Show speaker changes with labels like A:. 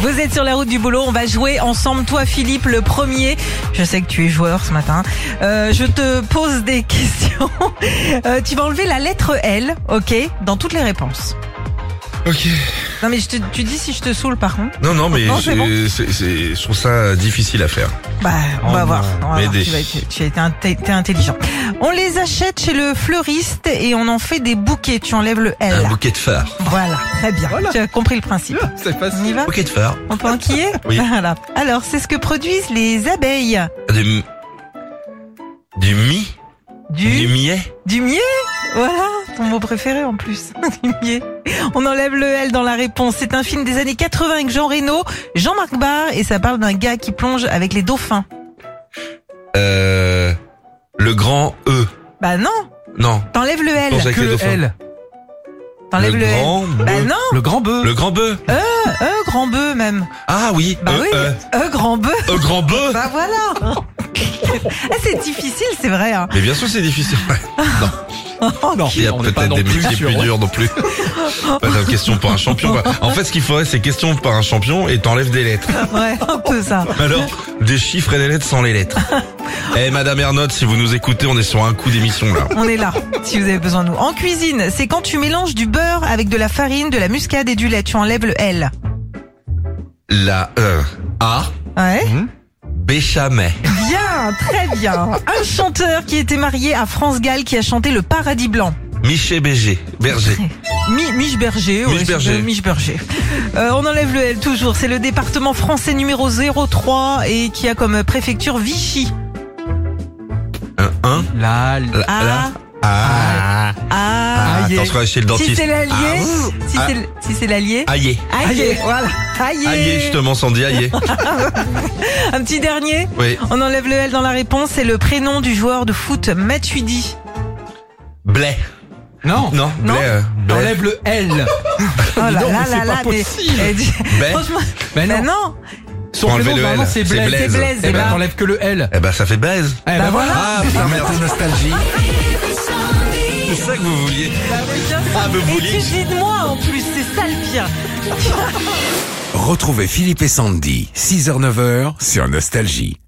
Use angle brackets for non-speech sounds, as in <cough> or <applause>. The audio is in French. A: Vous êtes sur la route du boulot, on va jouer ensemble. Toi, Philippe, le premier. Je sais que tu es joueur ce matin. Euh, je te pose des <laughs> questions. Euh, tu vas enlever la lettre L, ok, dans toutes les réponses.
B: Ok.
A: Non mais je te- tu dis si je te saoule par contre.
B: Non, non, mais
A: <laughs> Non, c'est
B: j'ai- c'est- c'est- je trouve ça difficile à faire.
A: Bah, on
B: Oh
A: va voir. on va
B: mais
A: voir.
B: des-
A: Tu, vas être- tu as été un- t'es- t'es intelligent. On les achète chez le fleuriste et on en fait des bouquets. Tu enlèves le L.
B: Un bouquet de phare.
A: Voilà, très bien.
B: Voilà. Ah,
A: Tu as compris le principe.
B: C'est
A: On y va
B: Un bouquet de phare.
A: On peut enquiller
B: Oui.
A: Voilà. Alors, c'est ce que produisent les abeilles.
B: Du, du mi, du
A: Du,
B: millet.
A: du miel Voilà, ton mot préféré en plus. <laughs> du miel. On enlève le L dans la réponse. C'est un film des années 80 avec Jean Reno, Jean-Marc Barr, et ça parle d'un gars qui plonge avec les dauphins.
B: Euh, le grand E.
A: Bah non,
B: Non.
A: t'enlèves le
B: Plonge
A: L.
B: avec les dauphins.
A: T'enlèves le, L.
B: grand bœuf.
A: Bah non,
C: Le grand bœuf.
B: Le grand bœuf.
A: euh, grand bœuf même.
B: Ah oui.
A: Bah
B: euh,
A: oui,
B: euh,
A: euh, grand bœuf.
B: euh,
A: <laughs>
B: grand bœuf.
A: Bah voilà. Ah, c'est difficile, c'est vrai. hein.
B: Mais bien sûr, c'est
A: <laughs>
B: difficile.
C: Non,
B: Il y a
C: on n'est pas
B: peut-être
C: non
B: des
C: plus hein.
B: métiers
C: sur-
B: plus durs
A: <laughs>
B: non plus. Pas de question pour un champion. quoi. En fait, ce qu'il faudrait, c'est question par un champion et t'enlèves des lettres.
A: Ouais, un peu ça.
B: Mais Alors, des chiffres et des lettres sans les lettres. Eh, Madame Ernotte, si vous nous écoutez, on est sur un coup d'émission là.
A: On est là, si vous avez besoin de nous. En cuisine, c'est quand tu mélanges du beurre avec de la farine, de la muscade et du lait. Tu enlèves le L.
B: La E. A.
A: Ouais.
B: Béchamel.
A: Bien, très bien. Un chanteur qui était marié à France Gall qui a chanté Le Paradis Blanc.
B: Miché Berger. Berger.
A: Mi Mich Berger.
B: Mich Berger.
A: c'est- Mich Berger. Euh, on enlève le L toujours. C'est le département français numéro 03 et qui a comme préfecture Vichy.
B: Un. un.
C: La, la-
A: Ah,
B: La. Ah.
A: Ah,
B: Ah,
C: Aïe.
B: attends, je vais chez le
A: si
B: dentiste.
A: c'est l'allié,
B: Ah.
A: si
B: Ah.
A: c'est l- si c'est l'allier,
B: Aïe.
A: aïe, voilà, aïe,
B: Aïe, justement, Sandy, aïe.
A: un petit dernier.
B: Oui.
A: On enlève le L dans la réponse, c'est le prénom du joueur de foot Matuidi.
B: Blé.
C: Non.
B: Non, blé.
A: Non.
B: euh, blé.
C: Enlève le L.
A: Oh là
C: non, mais
A: là
C: c'est
A: là
C: pas
A: là, mais-
C: possible.
A: eh, <laughs> dis-
B: Ben.
A: Franchement,
C: Mais
A: ben
C: non.
A: non,
C: Son
B: Faut enlever
C: prénom,
B: le
C: normalement,
B: L.
C: c'est
B: C'est
C: Blaise.
A: c'est
B: Blaise.
A: Blaise,
C: Eh
A: eh
C: ben,
A: ben.
C: t'enlèves que le L.
B: Eh ben, ça fait baise.
C: Eh ben voilà.
B: Ah, putain, merde, nostalgie. C'est ça que vous vouliez. Ah, vous
A: Et
B: vouliez.
A: tu dis de moi en plus, c'est ça le pire.
D: Retrouvez Philippe et Sandy, 6h-9h sur Nostalgie.